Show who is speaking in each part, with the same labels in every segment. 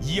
Speaker 1: 以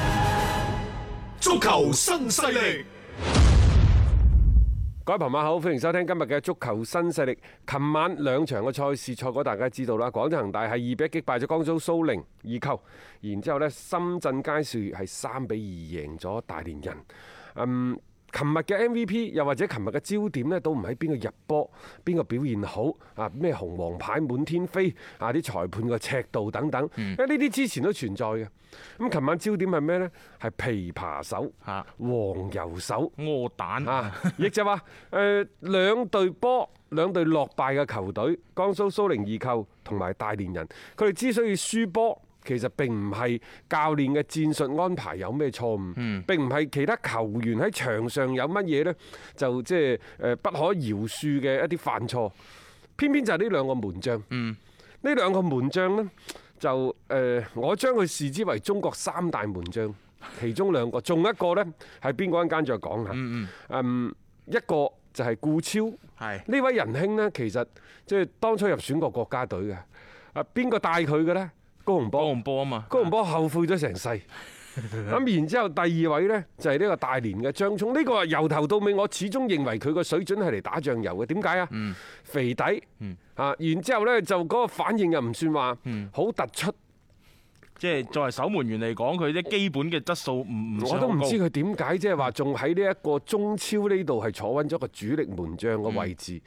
Speaker 1: 足球新勢力，
Speaker 2: 各位朋友好，歡迎收聽今日嘅足球新勢力。琴晚兩場嘅賽事賽果大家知道啦，廣州恒大係二比一擊敗咗江蘇蘇寧二球，然之後呢，深圳佳兆業係三比二贏咗大連人。嗯，琴日嘅 MVP 又或者琴日嘅焦點呢，都唔喺邊個入波，邊個表現好啊？咩紅黃牌滿天飛啊？啲裁判嘅尺度等等，因為呢啲之前都存在嘅。咁琴晚焦點係咩呢？係琵琶手、
Speaker 3: 啊
Speaker 2: 黃油手。
Speaker 3: 鵝蛋
Speaker 2: 啊，亦就話誒兩隊波。兩隊落敗嘅球隊，江蘇蘇寧易購同埋大連人，佢哋之所以輸波，其實並唔係教練嘅戰術安排有咩錯誤，並唔係其他球員喺場上有乜嘢呢，就即係誒不可饒恕嘅一啲犯錯，偏偏就係呢兩個門將。呢兩個門將呢，就誒、呃我將佢視之為中國三大門將，其中兩個，仲一個呢，係邊個一間再講下。嗯一個就係顧超，
Speaker 3: 係
Speaker 2: 呢位仁兄呢，其實即係當初入選過國家隊嘅。啊，邊個帶佢嘅呢？高洪
Speaker 3: 波
Speaker 2: 波。
Speaker 3: 唔波啊嘛，
Speaker 2: 高洪波後悔咗成世。 咁然之後，第二位呢，就係呢個大連嘅張聰，呢個由頭到尾我始終認為佢個水準係嚟打醬油嘅，點解啊？
Speaker 3: 嗯
Speaker 2: 肥底啊，然之後呢，就嗰個反應又唔算話
Speaker 3: 嗯
Speaker 2: 好突出，
Speaker 3: 即係作為守門員嚟講，佢啲基本嘅質素唔唔
Speaker 2: 我
Speaker 3: 算
Speaker 2: 都
Speaker 3: 好
Speaker 2: 唔
Speaker 3: 高
Speaker 2: 知佢點解即係話仲喺呢一個中超呢度係坐穩咗個主力門將
Speaker 3: 嗯
Speaker 2: 嘅位置。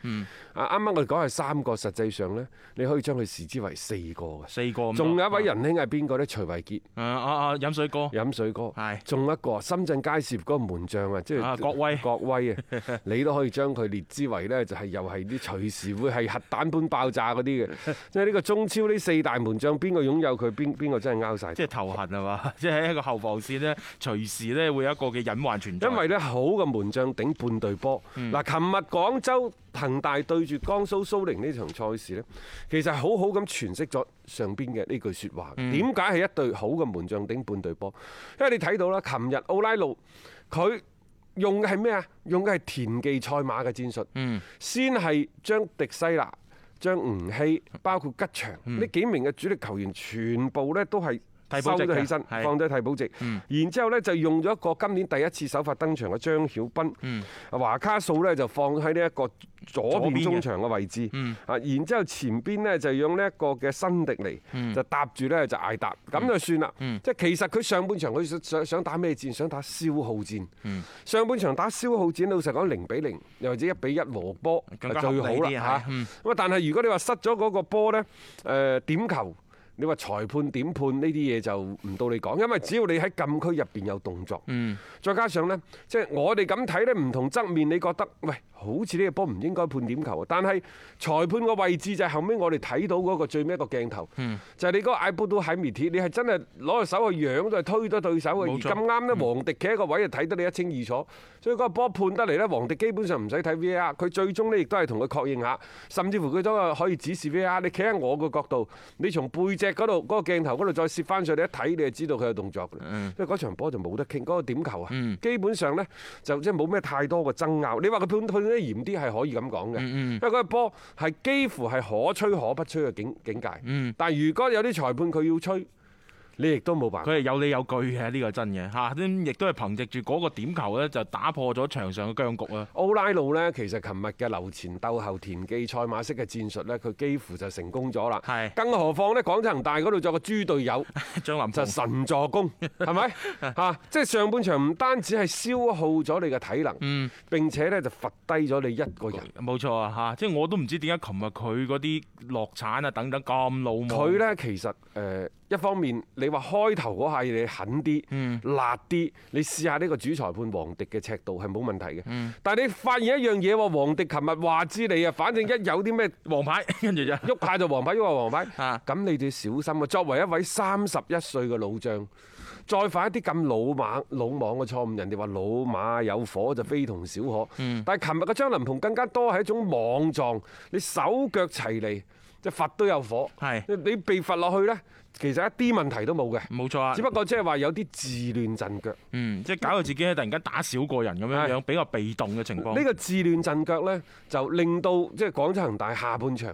Speaker 2: 啊，啱啱我哋講係三個，實際上呢，你可以將佢視之為四個嘅。
Speaker 3: 四個咁多，
Speaker 2: 仲有一位仁兄係邊個呢？徐慧傑。
Speaker 3: 啊啊啊飲水哥，
Speaker 2: 飲水哥
Speaker 3: 係，
Speaker 2: 仲有一個深圳佳兆業嗰個門將啊，即
Speaker 3: 啊
Speaker 2: 係
Speaker 3: 郭威
Speaker 2: 郭威 啊，你都可以將佢列之為呢，就係又係啲隨時會係核彈般爆炸嗰 啲嘅，即係呢個中超呢四大門將，邊個擁有佢，邊邊個真係拗晒頭。
Speaker 3: 即係頭痕係嘛， 即係喺一個後防線呢，隨時呢會有一個嘅隱患存在。嗯
Speaker 2: 因為呢好嘅門將頂半隊波。嗱，琴日廣州恒大對住江蘇蘇寧呢場賽事呢，其實好好咁詮釋咗上邊嘅呢句説話。
Speaker 3: 嗯
Speaker 2: 點解係一隊好嘅門將頂半隊波？因為你睇到啦，琴日奧拉路佢。用嘅係咩啊？用嘅係田忌賽馬嘅戰術，
Speaker 3: 嗯
Speaker 2: 先係將迪西拿、將吳曦，
Speaker 3: 嗯
Speaker 2: 包括吉祥呢幾名嘅主力球員，全部呢都係
Speaker 3: 替
Speaker 2: 收
Speaker 3: 補席嘅
Speaker 2: 咗起身，
Speaker 3: 係
Speaker 2: 放低替補席。然之後呢，就用咗一個今年第一次首發登場嘅張曉斌，華卡素呢就放喺呢一個左
Speaker 3: 左邊
Speaker 2: 邊
Speaker 3: 嘅
Speaker 2: 中場嘅位置。啊，然之後前邊呢，就用呢一個嘅新迪尼就搭住呢，就艾達，咁就算啦。即係其實佢上半場佢想想想打咩戰？想打消耗戰。上半場打消耗戰，老實講零比零，又或者一比一和波
Speaker 3: 更加
Speaker 2: 就最
Speaker 3: 合
Speaker 2: 好
Speaker 3: 理
Speaker 2: 啦
Speaker 3: 啲
Speaker 2: 嚇。
Speaker 3: 係嗯
Speaker 2: 咁啊，但係如果你話失咗嗰個波呢，誒、點球，你話裁判點判呢啲嘢就唔到你講，因為只要你喺禁區入邊有動作，
Speaker 3: 嗯
Speaker 2: 再加上呢，即係我哋咁睇呢，唔同側面，你覺得喂，好似呢個波唔應該判點球啊，但係裁判個位置就係後尾我哋睇到嗰個最尾一個鏡頭，
Speaker 3: 嗯
Speaker 2: 就係你嗰個艾布都喺面貼，你係真係攞個手去揚，都係推咗對手嘅，而
Speaker 3: 冇錯嗯
Speaker 2: 咁啱呢，黃迪企喺個位就睇得你一清二楚，所以嗰個波判得嚟呢，黃迪基本上唔使睇 VAR，佢最終呢亦都係同佢確認下，甚至乎佢都可以指示 VAR。你企喺我個角度，你從背脊嗰度嗰個鏡頭嗰度再攝翻上，你一睇你就知道佢有動作㗎啦。因為嗰場波就冇得傾，嗰個點球啊，基本上呢就即係冇咩太多嘅爭拗。你話佢判判得嚴啲係可以咁講嘅，因為嗰個波係幾乎係可吹可不吹嘅境境界。但係如果有啲裁判佢要吹。你亦都冇辦法。
Speaker 3: 佢係有理有據嘅，呢個真嘅嚇，咁亦都係憑藉住嗰個點球咧，就打破咗場上嘅僵局啦。
Speaker 2: 奧拉魯呢，其實琴日嘅留前鬥後田忌賽馬式嘅戰術呢，佢幾乎就成功咗啦。
Speaker 3: 係
Speaker 2: 更何況呢，廣州恒大嗰度作個豬隊 友
Speaker 3: 張林
Speaker 2: 就
Speaker 3: 鵬
Speaker 2: 神助 攻，係咪嚇？即係上半場唔單止係消耗咗你嘅體能，並且呢就罰低咗你一嗯個人。
Speaker 3: 冇錯啊嚇，即係我都唔知點解琴日佢嗰啲落產啊等等咁老母。
Speaker 2: 佢呢，其實誒、呃一方面你話開頭嗰下嘢你狠啲、辣啲，你試下呢個主裁判王迪嘅尺度係冇問題嘅。但係你發現一樣嘢喎，王迪琴日話知你啊，反正一有啲咩。
Speaker 3: 黃牌，跟住就
Speaker 2: 喐下就黃牌，喐下黃牌
Speaker 3: 啊。
Speaker 2: 咁你哋小心啊！作為一位三十一歲嘅老將，再犯一啲咁魯莽魯莽嘅錯誤，人哋話老馬有火就非同小可。
Speaker 3: 嗯
Speaker 2: 但係琴日嘅張林鵬更加多係一種莽撞，你手腳齊嚟，即係罰都有火。
Speaker 3: 係
Speaker 2: 你你被罰落去呢，其實一啲問題都冇嘅。
Speaker 3: 冇錯啊
Speaker 2: 只。不過即係話有啲自亂陣腳。
Speaker 3: 嗯，即係搞到自己咧突然間打少個人咁樣樣，比較被動嘅情況。
Speaker 2: 呢個自亂陣腳呢，就令到即係廣州恒大下半場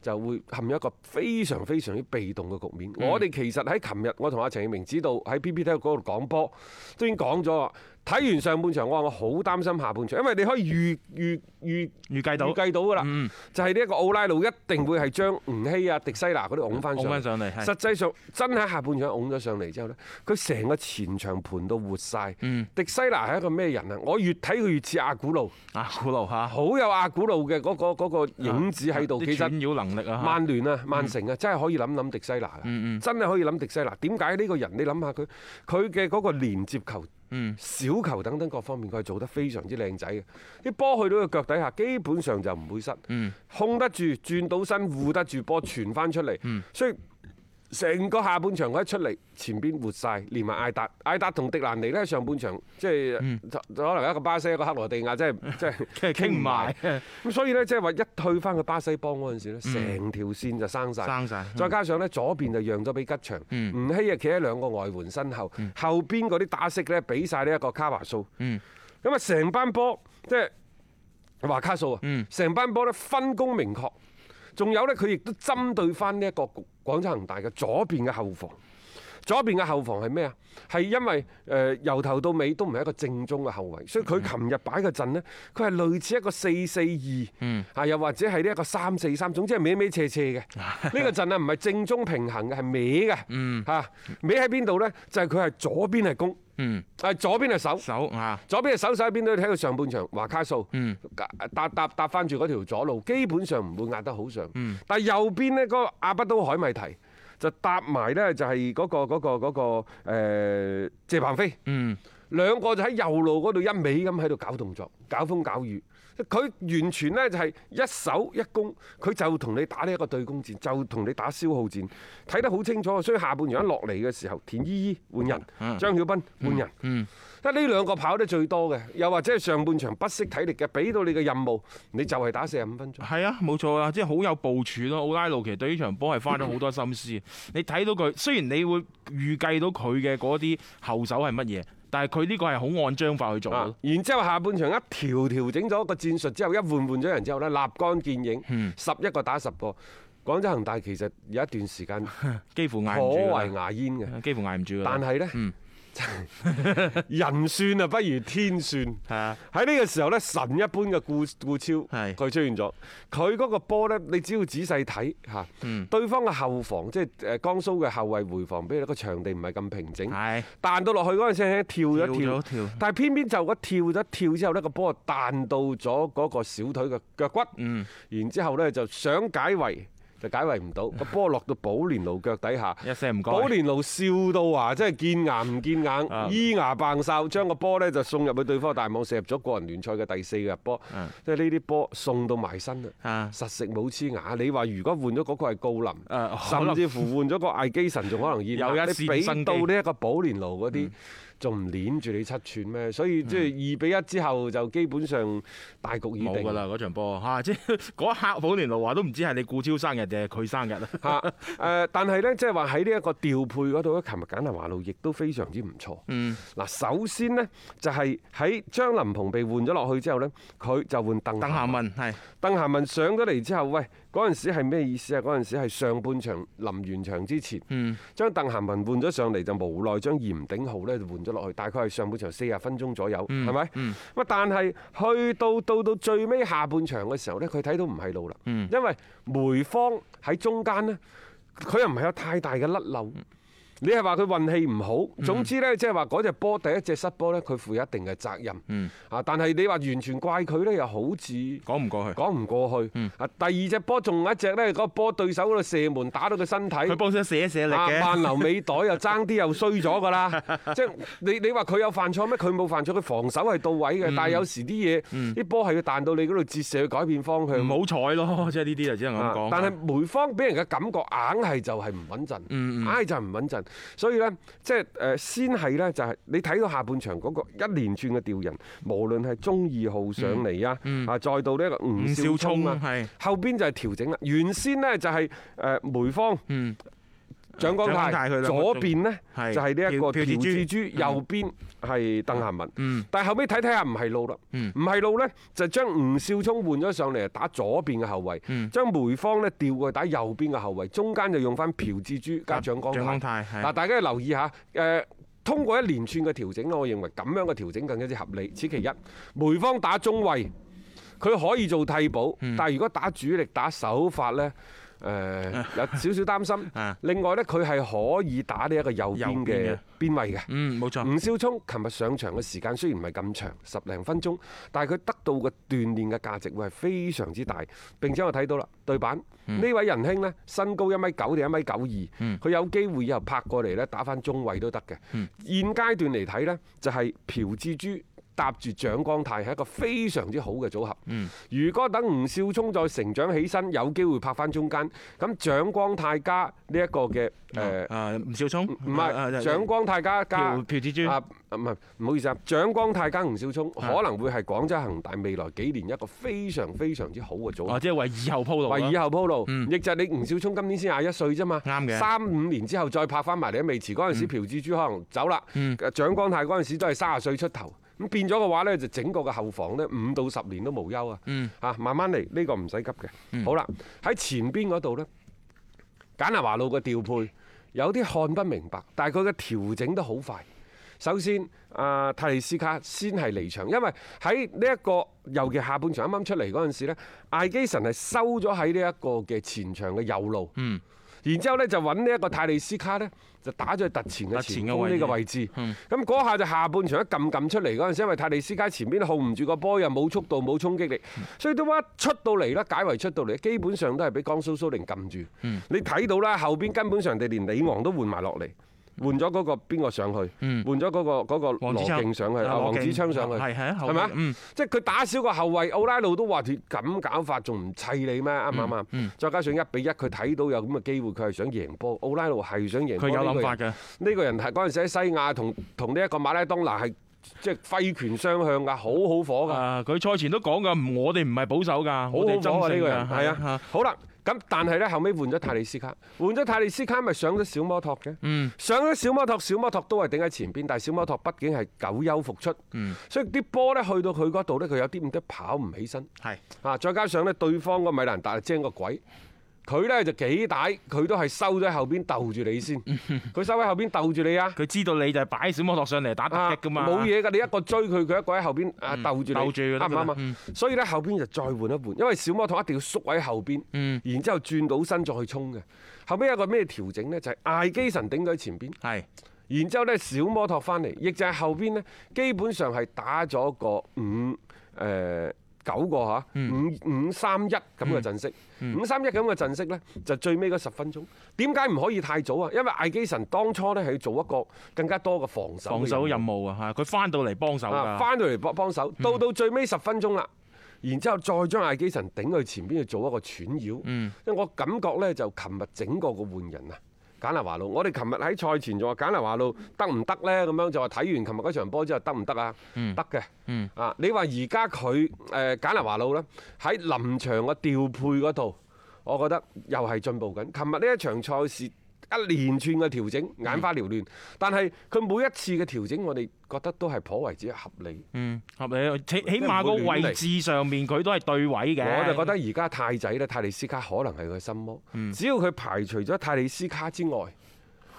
Speaker 2: 就會陷入一個非常非常之被動嘅局面。
Speaker 3: 嗯
Speaker 2: 我哋其實喺琴日，我同阿陳奕明指導喺 PPT 嗰度講波，都已經講咗話。睇完上半場，我話我好擔心下半場，因為你可以預預預
Speaker 3: 預計到嗯
Speaker 2: 預計到㗎啦，就係呢一個奧拉魯一定會係將吳曦啊、迪西拿嗰啲拱翻上
Speaker 3: 拱返上嚟係
Speaker 2: 實際上真喺下半場拱咗上嚟之後呢，佢成個前場盤到活晒。
Speaker 3: 嗯
Speaker 2: 迪西拿係一個咩人啊？我越睇佢越似阿古路。
Speaker 3: 啊，古路嚇，
Speaker 2: 好有阿古路嘅嗰個嗰個影子喺度。
Speaker 3: 啊啲
Speaker 2: 其
Speaker 3: 串
Speaker 2: 實
Speaker 3: 擾能力啊，嗯
Speaker 2: 曼聯啊、曼城啊，真係可以諗諗迪西拿嘅，真係可以諗迪西拿。點解呢個人你諗下佢佢嘅嗰個連接球、
Speaker 3: 嗯
Speaker 2: 小球等等各方面，佢係做得非常之靚仔嘅。啲波去到佢腳底下，基本上就唔會失，
Speaker 3: 嗯
Speaker 2: 控得住、轉到身、護得住波、傳翻出
Speaker 3: 嗯
Speaker 2: 嚟，所以。成個下半場佢一出嚟，前邊活晒，連埋艾達、艾達同迪蘭尼呢，上半場即係可能一個巴西一個克羅地亞，即係即係
Speaker 3: 嗯 傾唔埋
Speaker 2: 咁所以呢，即係話一退翻去巴西幫嗰陣時咧，成條線就生晒。
Speaker 3: 嗯生晒嗯嗯
Speaker 2: 再加上呢，左邊就讓咗俾吉祥，吳曦啊企喺兩個外援身後，後邊嗰啲打式呢，俾晒呢一個卡華數。
Speaker 3: 嗯
Speaker 2: 咁啊，成班波即係華卡數啊，
Speaker 3: 嗯
Speaker 2: 成班波呢，分工明確。仲有呢，佢亦都針對翻呢一個廣州恒大嘅左邊嘅後防。左邊嘅後防係咩啊？係因為誒、呃由頭到尾都唔係一個正宗嘅後衞，所以
Speaker 3: 嗯
Speaker 2: 佢琴日擺個陣呢，佢係類似一個四四
Speaker 3: 嗯
Speaker 2: 二，啊又或者係呢一個三四三，總之係歪歪斜斜嘅。 呢個陣啊唔係正宗平衡嘅，係歪嘅，嚇歪喺邊度呢？就係佢係左邊係攻，
Speaker 3: 嗯
Speaker 2: 啊左邊係守。
Speaker 3: 手啊，
Speaker 2: 左邊嘅手手喺邊度？你睇佢上半場華卡數，搭搭搭翻住嗰條左路，基本上唔會壓得好上。但係右邊呢，嗰個阿不都海米提就搭埋呢，就係嗰個嗰個嗰個誒謝鵬飛，
Speaker 3: 嗯
Speaker 2: 兩個就喺右路嗰度一味咁喺度搞動作，搞風搞雨。佢完全呢，就係一手一攻，佢就同你打呢一個對攻戰，就同你打消耗戰，睇得好清楚。所以下半場一落嚟嘅時候，田依依換人，張曉斌換人。
Speaker 3: 嗯，
Speaker 2: 得呢兩個跑得最多嘅，又或者係上半場不惜體力嘅，俾到你嘅任務，你就係打四十五分鐘。
Speaker 3: 係啊，冇錯啊，即係好有部署咯。奧拉魯其實對呢場波係花咗好多心思。你睇到佢，雖然你會預計到佢嘅嗰啲後手係乜嘢，但係佢呢個係好按章法去做
Speaker 2: 啊
Speaker 3: 咯。！
Speaker 2: 然之後下半場一調調整咗個戰術之後，一換換咗人之後呢，立竿見影，
Speaker 3: 嗯
Speaker 2: 十一個打十個。廣州恒大其實有一段時 間
Speaker 3: 幾乎捱
Speaker 2: 頗
Speaker 3: 唔住嗯
Speaker 2: 為
Speaker 3: 㗎啦，
Speaker 2: 牙煙嘅，
Speaker 3: 幾乎捱唔住㗎啦。
Speaker 2: 但係呢， 人算啊不如天算。
Speaker 3: 係啊，
Speaker 2: 喺呢個時候呢，神一般嘅顧顧超，
Speaker 3: 係
Speaker 2: 佢出現咗。佢嗰個波呢，你只要仔細睇嚇，
Speaker 3: 嗯
Speaker 2: 對方嘅後防即係誒江蘇嘅後衞回防，俾你個場地唔係咁平整，
Speaker 3: 係
Speaker 2: 彈到落去嗰陣時輕輕跳一
Speaker 3: 跳
Speaker 2: 跳，
Speaker 3: 咗跳
Speaker 2: 但係偏偏就一跳咗一跳之後呢，個波彈到咗嗰個小腿嘅腳骨，
Speaker 3: 嗯
Speaker 2: 然之後呢，就想解圍。就解圍唔 到，個波落到寶蓮奴腳底下，
Speaker 3: 一聲唔該啊
Speaker 2: 寶蓮奴笑到話，真係見牙唔見眼，依牙扮哨，將個波呢就送入去對方大網，射入咗個人聯賽嘅第四個入波。即係呢啲波送到埋身啦
Speaker 3: 啊，
Speaker 2: 實食冇黐牙。你話如果換咗嗰個係郜林，
Speaker 3: 誒啊可
Speaker 2: 甚
Speaker 3: 能
Speaker 2: 至乎換咗個艾基神，仲可能熱
Speaker 3: 有一線
Speaker 2: 你俾
Speaker 3: 生機
Speaker 2: 到呢一個寶蓮奴嗰
Speaker 3: 嗯
Speaker 2: 啲，仲唔攆住你七寸咩？所以即係二比一之後就基本上大局已定。
Speaker 3: 冇㗎啦，嗰場波嚇， 即係嗰一刻，保連奴話都唔知係你顧超生日定係佢生日啊。
Speaker 2: 嚇誒、但係呢，即係話喺呢一個調配嗰度啊咧，琴日簡南華路亦都非常之唔錯。嗯，嗱，首先呢，就係喺張林鵬被換咗落去之後呢，佢就換鄧
Speaker 3: 鄧
Speaker 2: 夏
Speaker 3: 夏
Speaker 2: 文。
Speaker 3: 文係
Speaker 2: 鄧夏文上咗嚟之後，喂，嗰、嗰陣時係咩意思啊？嗰陣時係上半場臨完場之前，將鄧涵文換咗上嚟，就無奈將嚴鼎浩呢就換咗落去，大概係上半場四十分鐘左右，係咪？咁啊，但係去到到到最尾下半場嘅時候呢，佢睇到唔係路啦，因為梅方喺中間呢，佢又唔係有太大嘅甩漏。你係話佢運氣唔好，總之呢，即係話嗰隻波第一隻失波呢，佢負有一定嘅責任。啊，但係你話完全怪佢呢，又好似
Speaker 3: 講唔過去。
Speaker 2: 講唔過去。
Speaker 3: 嗯
Speaker 2: 啊，第二隻波仲有一隻呢，嗰個波對手嗰度射門打到佢身體。
Speaker 3: 佢幫手寫一寫力
Speaker 2: 啊！
Speaker 3: 嘅，
Speaker 2: 萬流尾袋又爭啲又衰咗 㗎啦，即係你你話佢有犯錯咩？佢冇犯錯，佢防守係到
Speaker 3: 嗯
Speaker 2: 位嘅，但係有時啲嘢啲波係要彈到你嗰度折射去改變方向。
Speaker 3: 唔好彩咯，即係呢啲就只能咁
Speaker 2: 啊
Speaker 3: 講。嗯
Speaker 2: 但係梅方俾人嘅感覺硬係就係唔穩陣，硬係就係唔穩陣。所以呢，即係誒先係呢，就係你睇到下半場嗰個一連串嘅調人，無論係中二號上嚟啊，啊再到呢一個吳
Speaker 3: 嗯吳少
Speaker 2: 少聰
Speaker 3: 聰
Speaker 2: 啊，
Speaker 3: 係
Speaker 2: 後邊就係調整啦。原先呢，就係誒梅方。
Speaker 3: 嗯
Speaker 2: 蔣光
Speaker 3: 蔣光泰
Speaker 2: 泰
Speaker 3: 佢兩個
Speaker 2: 左邊呢，
Speaker 3: 係
Speaker 2: 就係呢一
Speaker 3: 朴
Speaker 2: 個朴
Speaker 3: 朴智
Speaker 2: 智
Speaker 3: 珠
Speaker 2: 珠，右邊係鄧涵文。
Speaker 3: 嗯
Speaker 2: 但係後尾睇睇下唔係路啦，
Speaker 3: 嗯
Speaker 2: 唔係路呢，就將吳少聰換咗上嚟打左邊嘅後
Speaker 3: 嗯
Speaker 2: 衞，將梅芳呢調過去打右邊嘅後衞，中間就用翻朴智珠加蔣光
Speaker 3: 蔣光
Speaker 2: 泰。
Speaker 3: 泰係
Speaker 2: 嗱，大家要留意下，誒。通過一連串嘅調整咧，我認為咁樣嘅調整更加之合理。此其一，梅芳打中衞，佢可以做替補，但係如果打主力打首發呢，誒、 有少少擔心
Speaker 3: 啊。
Speaker 2: 另外呢，佢係可以打呢一個右邊
Speaker 3: 右邊
Speaker 2: 嘅
Speaker 3: 嘅
Speaker 2: 邊位嘅。
Speaker 3: 嗯冇錯。
Speaker 2: 吳少聰琴日上場嘅時間雖然唔係咁長，十零分鐘，但係佢得到嘅鍛鍊嘅價值會係非常之大。並且我睇到啦，對版
Speaker 3: 嗯
Speaker 2: 呢位仁兄呢，身高一米九定一米九二，佢有機會以後拍過嚟呢，打翻中衞都得嘅。
Speaker 3: 嗯
Speaker 2: 現階段嚟睇呢，就係朴智珠。搭住蔣光泰係一個非常之好嘅組合。
Speaker 3: 嗯
Speaker 2: 如果等吳少聰再成長起身，有機會拍翻中間，咁�誒光泰加呢一個嘅誒
Speaker 3: 啊吳少聰
Speaker 2: 唔
Speaker 3: 啊
Speaker 2: 係，蔣光泰加加
Speaker 3: 朴朴智珠
Speaker 2: 啊，唔係唔好意思啊，蔣光泰加吳少聰
Speaker 3: 啊
Speaker 2: 可能會係廣州恒大未來幾年一個非常非常之好嘅組
Speaker 3: 哦
Speaker 2: 合。
Speaker 3: 即係為以後鋪路
Speaker 2: 為
Speaker 3: 啦
Speaker 2: 以後鋪路，亦就係你吳少聰今年先廿一歲啫嘛，
Speaker 3: 啱嘅嗯
Speaker 2: 三五年之後再拍翻埋你都未遲，嗰陣時朴智珠可能走啦，蔣光泰嗰陣時都係三十歲出頭，咁變咗嘅話呢，就整個嘅後防呢，五到十年都無憂啊，
Speaker 3: 嗯
Speaker 2: 啊慢慢嚟，呢個唔使急嘅。好啦，喺前邊嗰度呢，簡拿華路嘅調配有啲看不明白，但係佢嘅調整都好快。首先，啊、泰利斯卡先係離場，因為喺呢一個尤其下半場啱啱出嚟嗰陣時咧，艾基神係收咗喺呢一個嘅前場嘅右路，嗯，然之後咧就揾呢一個泰利斯卡咧就打咗去突前嘅前鋒呢個位置，嗯咁嗰下就下半場一撳撳出嚟嗰陣時，因為泰利斯卡前邊控唔住個波，又冇速度冇衝擊力，所以都一出到嚟啦，解圍出到嚟，基本上都係俾江蘇蘇寧撳住，你睇到啦，後邊根本上地連李昂都換埋落嚟。換咗嗰個邊個上去？換咗嗰個嗰個
Speaker 3: 黃嗯子
Speaker 2: 羅
Speaker 3: 昌
Speaker 2: 勁上去，
Speaker 3: 啊
Speaker 2: 啊
Speaker 3: 羅
Speaker 2: 黃子
Speaker 3: 勁
Speaker 2: 昌上去，
Speaker 3: 係係啊後
Speaker 2: 係咪
Speaker 3: 衞嗯
Speaker 2: 啊？即係佢打少個後衞，奧拉魯都話佢咁搞法仲唔砌你咩？啊
Speaker 3: 嗯
Speaker 2: 啱唔啱？再加上一比一，佢睇到有咁嘅機會，佢係想贏波。奧拉魯係想贏波。
Speaker 3: 佢有
Speaker 2: 呢個
Speaker 3: 諗法
Speaker 2: 人
Speaker 3: 嘅，
Speaker 2: 呢個人係嗰陣時喺西亞同同呢一個馬拉當拿係即係揮拳相向㗎，好好火㗎。
Speaker 3: 啊佢賽前都講噶，唔我哋唔係保守㗎，
Speaker 2: 好
Speaker 3: 我哋真
Speaker 2: 好火啊！呢個人係
Speaker 3: 係
Speaker 2: 啊，，好啦，咁但係咧後尾換咗泰利斯卡，換咗泰利斯卡咪上咗小摩托嘅，上咗小摩托，小摩托都係頂喺前邊，但係小摩托畢竟係久休復出，所以啲波咧去到佢嗰度咧，佢有啲唔得跑唔起身，
Speaker 3: 係
Speaker 2: 啊，再加上咧對方個米蘭達係精個鬼。佢咧就幾大，佢都係收咗喺後邊鬥住你先。 佢收喺後邊鬥住你啊！
Speaker 3: 佢知道你就係擺小摩托上嚟打突
Speaker 2: 啊
Speaker 3: 擊㗎嘛，嗯
Speaker 2: 冇嘢㗎，你一個追佢，佢一個喺後邊啊鬥住你，
Speaker 3: 鬥住㗎啦
Speaker 2: 啱唔啱啊？所以咧後邊就再換一換，因為小摩托一定要縮喺後邊，
Speaker 3: 嗯
Speaker 2: 然之後轉到身再去衝嘅。後尾有個咩調整呢？就係艾基神頂咗喺前邊，
Speaker 3: 係
Speaker 2: 然之後呢，小摩托翻嚟，亦就係後邊呢，基本上係打咗個五誒。九個嚇，
Speaker 3: 嗯
Speaker 2: 五五三一咁嘅陣式，五三一咁嘅陣式呢，就最尾嗰十分鐘。點解唔可以太早啊？因為艾基神當初呢係要做一個更加多嘅防守嘅
Speaker 3: 防守
Speaker 2: 任務
Speaker 3: 任務啊，嚇佢翻到嚟幫手
Speaker 2: 啊，
Speaker 3: 㗎，嗯
Speaker 2: 翻到嚟幫幫手，到到最尾十分鐘啦。然之後再將艾基神頂去前邊去做一個串繞，
Speaker 3: 嗯
Speaker 2: 因為我感覺呢，就琴日整個個換人啊，簡拿華路，我哋琴日喺賽前仲話簡拿華路得唔得呢？咁樣就話睇完琴日嗰場波之後得唔得啊？
Speaker 3: 嗯
Speaker 2: 得嘅，啊你話而家佢誒簡拿華路呢，喺臨場嘅調配嗰度，我覺得又係進步緊。琴日呢一場賽事。一連串嘅調整，眼花撩亂。但係佢每一次嘅調整，我哋覺得都係頗為之合理。
Speaker 3: 嗯，合理。起起碼個
Speaker 2: 因為唔會亂嚟
Speaker 3: 位置上面佢都係對位嘅。
Speaker 2: 我就覺得而家泰仔咧，泰利斯卡可能係佢心魔。只要佢排除咗泰利斯卡之外，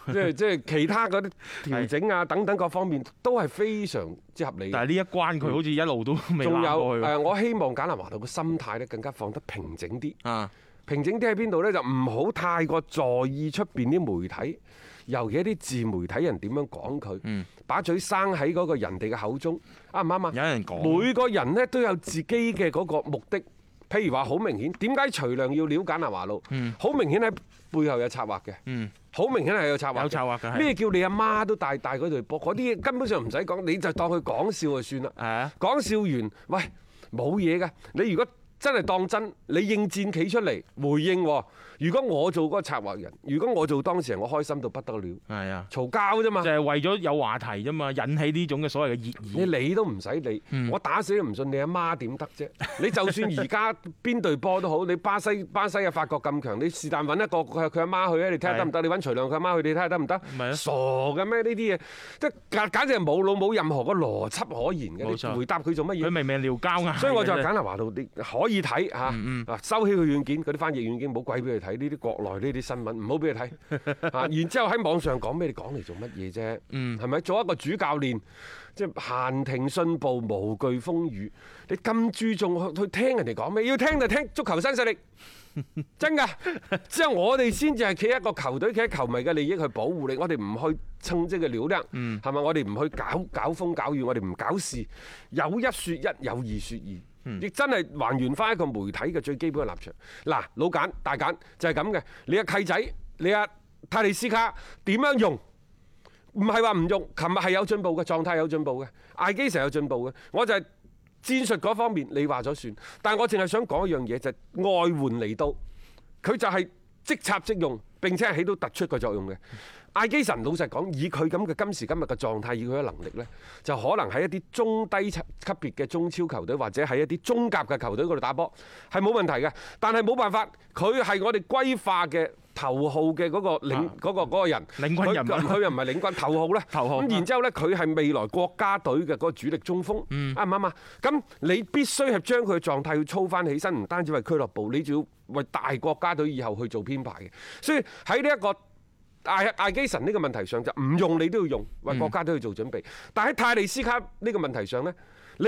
Speaker 2: 即係即係其他嗰啲調整啊等等各方面都係非常之合理嘅。
Speaker 3: 但係呢一關佢好似一路都未
Speaker 2: 仲有
Speaker 3: 攬過去喎。
Speaker 2: 誒，我希望簡南華道嘅心態咧更加放得平整啲。
Speaker 3: 啊，
Speaker 2: 平整啲喺邊度呢？就唔好太過在意出邊啲媒體，尤其一啲自媒體人點樣講佢，
Speaker 3: 嗯
Speaker 2: 把嘴生喺嗰個人哋嘅口中，啱唔啱啊？
Speaker 3: 有人講
Speaker 2: 每個人呢都有自己嘅嗰個目的。譬如話好明顯，點解徐亮要了解南華路？
Speaker 3: 嗯
Speaker 2: 好明顯喺背後有策劃嘅。好明顯係有策劃嘅，
Speaker 3: 有策劃嘅係
Speaker 2: 咩叫你阿媽都帶帶嗰隊波？嗰啲嘢根本上唔使講，你就當佢講笑就算啦。
Speaker 3: 係啊
Speaker 2: 講笑完，喂，冇嘢㗎。你如果真係當真，你應戰企出嚟回應喎。如果我做嗰個策劃人，如果我做當事人，我開心到不得了，
Speaker 3: 係啊，
Speaker 2: 嘈交啫嘛
Speaker 3: 就。係為咗有話題啫嘛，引起呢種嘅所謂嘅熱
Speaker 2: 你
Speaker 3: 議。
Speaker 2: 理都唔使理，
Speaker 3: 嗯
Speaker 2: 我打死都唔信你阿媽點得啫！你就算而家邊隊波都好，你巴西巴西啊法國咁強，你是但揾一個佢佢阿媽去啊，你睇下得唔得？你揾徐亮佢阿媽去，你睇下得唔得
Speaker 3: 咪？啊
Speaker 2: 傻嘅咩？呢啲嘢即係簡簡直係冇腦冇任何個邏輯可言
Speaker 3: 冇錯
Speaker 2: 嘅。你回答佢做乜
Speaker 3: 佢
Speaker 2: 嘢？
Speaker 3: 明明撩交啊嗌嘅啫，
Speaker 2: 所以我就話簡立華度，你可以睇嚇，啊收起佢軟件，嗰啲翻譯軟件唔好鬼俾佢睇，呢啲國內呢啲新聞唔好俾佢睇。啊，然之後喺網上講咩，你講嚟做乜嘢啫？係咪做一個主教練，即係閒庭信步，無懼風雨？你咁注重去去聽人哋講咩？要聽就聽足球新勢力。真㗎，之後我哋先至係企喺一個球隊、企喺球迷嘅利益去保護你，我哋唔去蹭即嘅料量，係咪？我哋唔去搞搞風搞雨，我哋唔搞事，有一説一，有二説二，亦真係還原翻一個媒體嘅最基本嘅立場。嗱，老簡、大簡就係咁嘅，你阿契仔、你阿泰利斯卡點樣用？唔係話唔用，琴日係有進步嘅，狀態有進步嘅，艾基成有進步嘅，我就係戰術嗰方面你話咗算，但我淨係想講一樣嘢就係、外援嚟到，佢就係即插即用，並且係起到突出嘅作用嘅。艾基神老實講，以佢咁嘅今時今日嘅狀態，以佢嘅能力呢，就可能喺一啲中低級級別嘅中超球隊，或者喺一啲中甲嘅球隊嗰度打波，係冇問題嘅。但係冇辦法，佢係我哋歸化嘅頭號嘅嗰個領
Speaker 3: 啊
Speaker 2: 嗰、個嗰個人。
Speaker 3: 領軍人物
Speaker 2: 佢佢又唔係領軍頭號咧，
Speaker 3: 頭號啊
Speaker 2: 咁然之後咧，佢係未來國家隊嘅嗰個主力中鋒，
Speaker 3: 嗯
Speaker 2: 啱唔啱啊？咁你必須係將佢嘅狀態要操翻起身，唔單止為俱樂部，你仲要為大國家隊以後去做編排嘅。所以喺呢一個艾艾基神呢個問題上，就唔用你都要用，為國家隊去做準
Speaker 3: 嗯
Speaker 2: 備。但喺泰利斯卡呢個問題上呢，你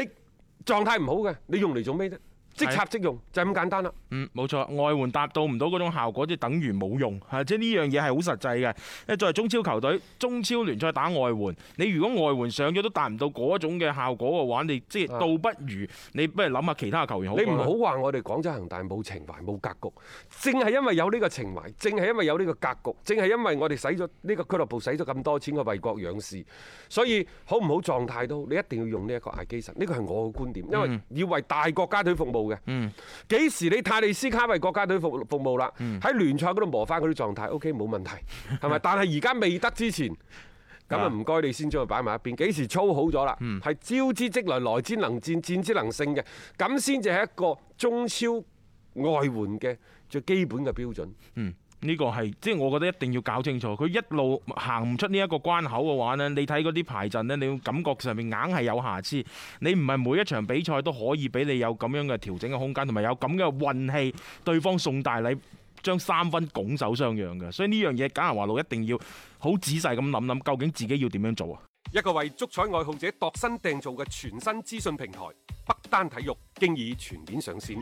Speaker 2: 狀態唔好嘅，你用嚟做咩啫？即插即用就係咁簡單啦。
Speaker 3: 嗯，冇錯，外援達到唔到嗰種效果，即係等於冇用嚇，即係呢樣嘢係好實際嘅。因為作為中超球隊，中超聯賽打外援，你如果外援上咗都達唔到嗰種嘅效果嘅話，你即係
Speaker 2: 啊
Speaker 3: 倒不如你不如諗下其他球員好過
Speaker 2: 你
Speaker 3: 啦。
Speaker 2: 唔好話我哋廣州恒大冇情懷、冇格局，正係因為有呢個情懷，正係因為有呢個格局，正係因為我哋使咗呢個俱樂部使咗咁多錢去為國養士，所以好唔好狀態都好，你一定要用呢一個艾基神，呢個係我嘅觀
Speaker 3: 嗯
Speaker 2: 點，因為要為大國家隊服務嘅。嗯，幾時你泰利斯卡為國家隊服服務啦？喺聯賽嗰度磨翻嗰啲狀態，OK 冇問題，係咪？但係而家未得之前。咁啊，唔該你先將佢擺埋一邊。幾時操好咗啦？係招之即來，來之能戰，戰之能勝嘅，咁先至係一個中超外援嘅最基本嘅標準。
Speaker 3: 呢個係即係我覺得一定要搞清楚，佢一路行唔出呢一個關口嘅話呢，你睇嗰啲排陣呢，你會感覺上面硬係有瑕疵。你唔係每一場比賽都可以俾你有咁樣嘅調整嘅空間，同埋有咁嘅運氣，對方送大禮將三分拱手相讓嘅。所以呢樣嘢，簡南華路一定要好仔細咁諗諗，究竟自己要點樣做啊？
Speaker 2: 一個為足彩愛好者度身訂造嘅全新資訊平台北單體育，經已全面上線。